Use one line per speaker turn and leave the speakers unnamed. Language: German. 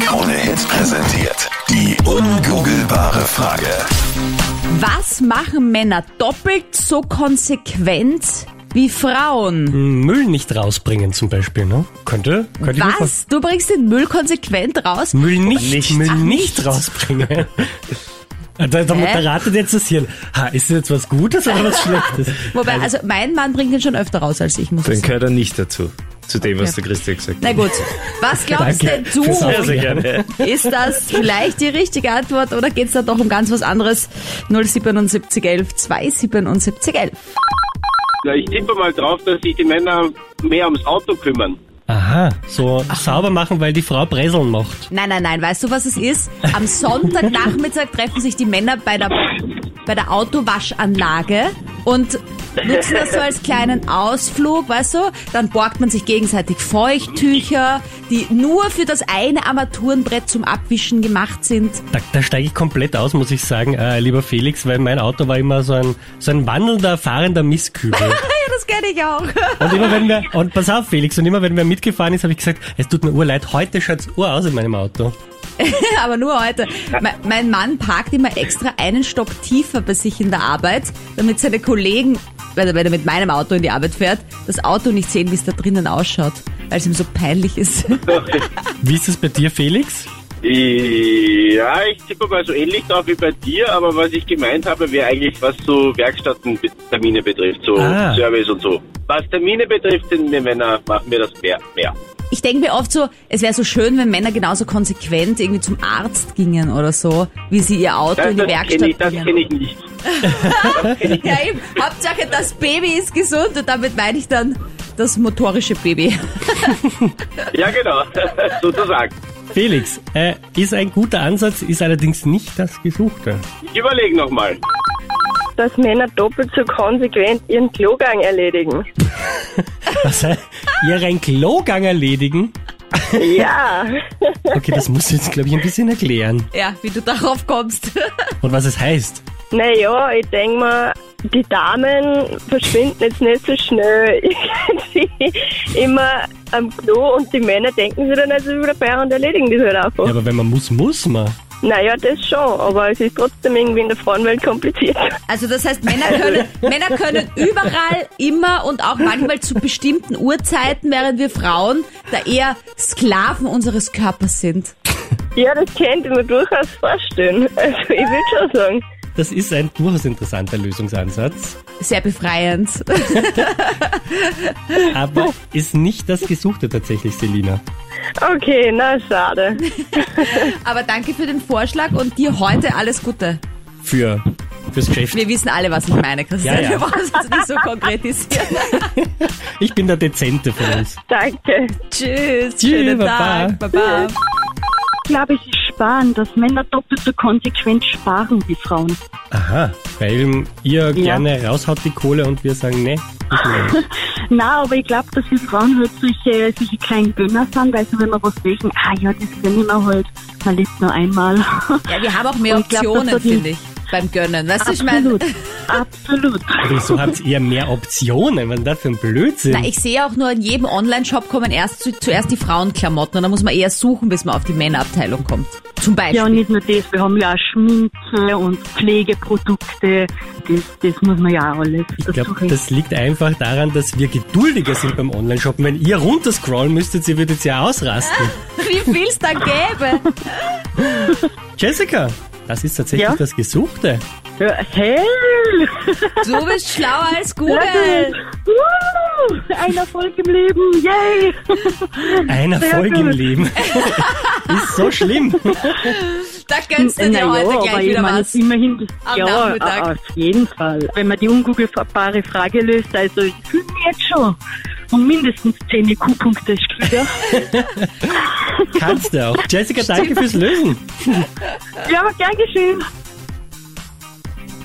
Krone Hits präsentiert die ungoogelbare Frage.
Was machen Männer doppelt so konsequent wie Frauen?
Müll nicht rausbringen zum Beispiel, ne? Könnte, könnte ich mir vor-
Was? Du bringst den Müll konsequent raus?
Müll nicht,
Nicht.
Müll
Ach,
nicht,
nicht.
rausbringen. da, da, da
Hä?
ratet jetzt das Hirn. Ha, ist das jetzt was Gutes oder was Schlechtes?
Wobei, also mein Mann bringt den schon öfter raus als ich, muss ich
Dann
sagen.
gehört er nicht dazu. Zu dem, was der Christi gesagt hat.
Na gut, was glaubst
Danke
denn du?
fürs
Sehr, sehr gerne.
Ist das vielleicht die richtige Antwort oder geht's da doch um ganz was anderes? 07711 27711.
Na, ich tippe mal drauf, dass sich die Männer mehr ums Auto kümmern.
Aha, so sauber machen, weil die Frau Breseln macht.
Nein, nein, nein, weißt du, was es ist? Am Sonntagnachmittag treffen sich die Männer bei der, bei der Autowaschanlage und nutzen das so als kleinen Ausflug, weißt du? Dann borgt man sich gegenseitig Feuchttücher, die nur für das eine Armaturenbrett zum Abwischen gemacht sind.
Da, da steige ich komplett aus, muss ich sagen, äh, lieber Felix, weil mein Auto war immer so ein, so ein wandelnder, fahrender Mistkübel.
Ja, das kenne ich auch.
Und immer wenn wir, und pass auf, Felix, und immer wenn wir mitgefahren ist, habe ich gesagt, es tut mir urleid, heute schaut's ur aus in meinem Auto.
Aber nur heute. Me- Mein Mann parkt immer extra einen Stock tiefer bei sich in der Arbeit, damit seine Kollegen, wenn er wenn er mit meinem Auto in die Arbeit fährt, das Auto nicht sehen, wie es da drinnen ausschaut, weil es ihm so peinlich ist.
Wie ist es bei dir, Felix?
Ja, ich tippe mal so ähnlich drauf wie bei dir, aber was ich gemeint habe, wäre eigentlich, was so Werkstattentermine betrifft, so
Ah.
Service und so. Was Termine betrifft, sind wir Männer, machen wir das mehr. mehr.
Ich denke mir oft so, es wäre so schön, wenn Männer genauso konsequent irgendwie zum Arzt gingen oder so, wie sie ihr Auto
Das,
in die
das kenne ich,
Werkstatt
das
bringen.
kenn ich nicht.
Ja, eben. Hauptsache, das Baby ist gesund und damit meine ich dann das motorische Baby.
Ja, genau, sozusagen.
Felix, äh, ist ein guter Ansatz, ist allerdings nicht das Gesuchte.
Ich überlege nochmal.
dass Männer doppelt so konsequent ihren Klogang erledigen.
Was? äh, Ihren Klogang erledigen?
Ja,
Okay, das muss ich jetzt, glaube ich, ein bisschen erklären.
Ja, wie du darauf kommst.
Und was es heißt.
naja, ich denke mal, die Damen verschwinden jetzt nicht so schnell irgendwie immer am Klo und die Männer denken sich dann also wieder bei und erledigen das halt einfach.
Ja, aber wenn man muss, muss man.
Naja, das schon, aber es ist trotzdem irgendwie in der Frauenwelt kompliziert.
Also das heißt, Männer können, Männer können überall, immer und auch manchmal zu bestimmten Uhrzeiten, während wir Frauen da eher Sklaven unseres Körpers sind.
Ja, das könnte ich mir durchaus vorstellen. Also ich würde schon sagen.
Das ist ein durchaus interessanter Lösungsansatz,
Sehr befreiend.
aber ist nicht das Gesuchte tatsächlich, Selina.
Okay, na schade.
Aber danke für den Vorschlag und dir heute alles Gute.
Für, fürs Geschäft.
Wir wissen alle, was ich meine, Christian.
Ja, ja.
Wir brauchen es jetzt nicht so konkretisieren.
Ich bin der Dezente von uns.
Danke.
Tschüss,
Tschüss,
schönen
Baba.
Tag. Baba.
glaube ich, ist sparen, dass Männer doppelt so konsequent sparen wie Frauen.
Aha, weil ihr gerne raushaut die Kohle und wir sagen, ne, nee, ich will.
Na, aber ich glaube, dass wir Frauen halt solche, solche kleinen Gönner sind, weil so wenn wir was denken, ah ja, das gönnen wir halt, man lebt nur einmal.
Ja, wir haben auch mehr
Und ich glaub,
Optionen,
das hat die-
finde ich, beim Gönnen. Weißt du, ich meine,
Absolut, absolut.
Wieso habt ihr mehr Optionen? Was ist das für ein Blödsinn?
Na, ich sehe auch nur, in jedem Online-Shop kommen erst zu, zuerst die Frauenklamotten und da muss man eher suchen, bis man auf die Männerabteilung kommt. Zum Beispiel.
Ja, und nicht nur das, wir haben ja auch Schminke und Pflegeprodukte, das, das muss man ja auch alles
Ich
dazu
glaube, das liegt einfach daran, dass wir geduldiger sind beim Online-Shoppen. Wenn ihr runterscrollen müsstet, ihr würdet ja ausrasten.
Wie viel es da gäbe.
Jessica, das ist tatsächlich
Ja?
das Gesuchte.
Ja, hell!
Du bist schlauer als Google.
Woo! Ein Erfolg im Leben, yay!
Ein Erfolg im
gut.
Leben. ist so schlimm.
Da gönnst du dir
Naja,
heute
aber
gleich
ich
wieder
meine,
was.
Immerhin,
Am
ja,
Nachmittag.
auf jeden Fall. Wenn man die ungoogelbare Frage löst, also ich fühle mich jetzt schon um mindestens 10 IQ-Punkte später.
Kannst du auch. Jessica, danke fürs Lösen.
ja, gern geschehen.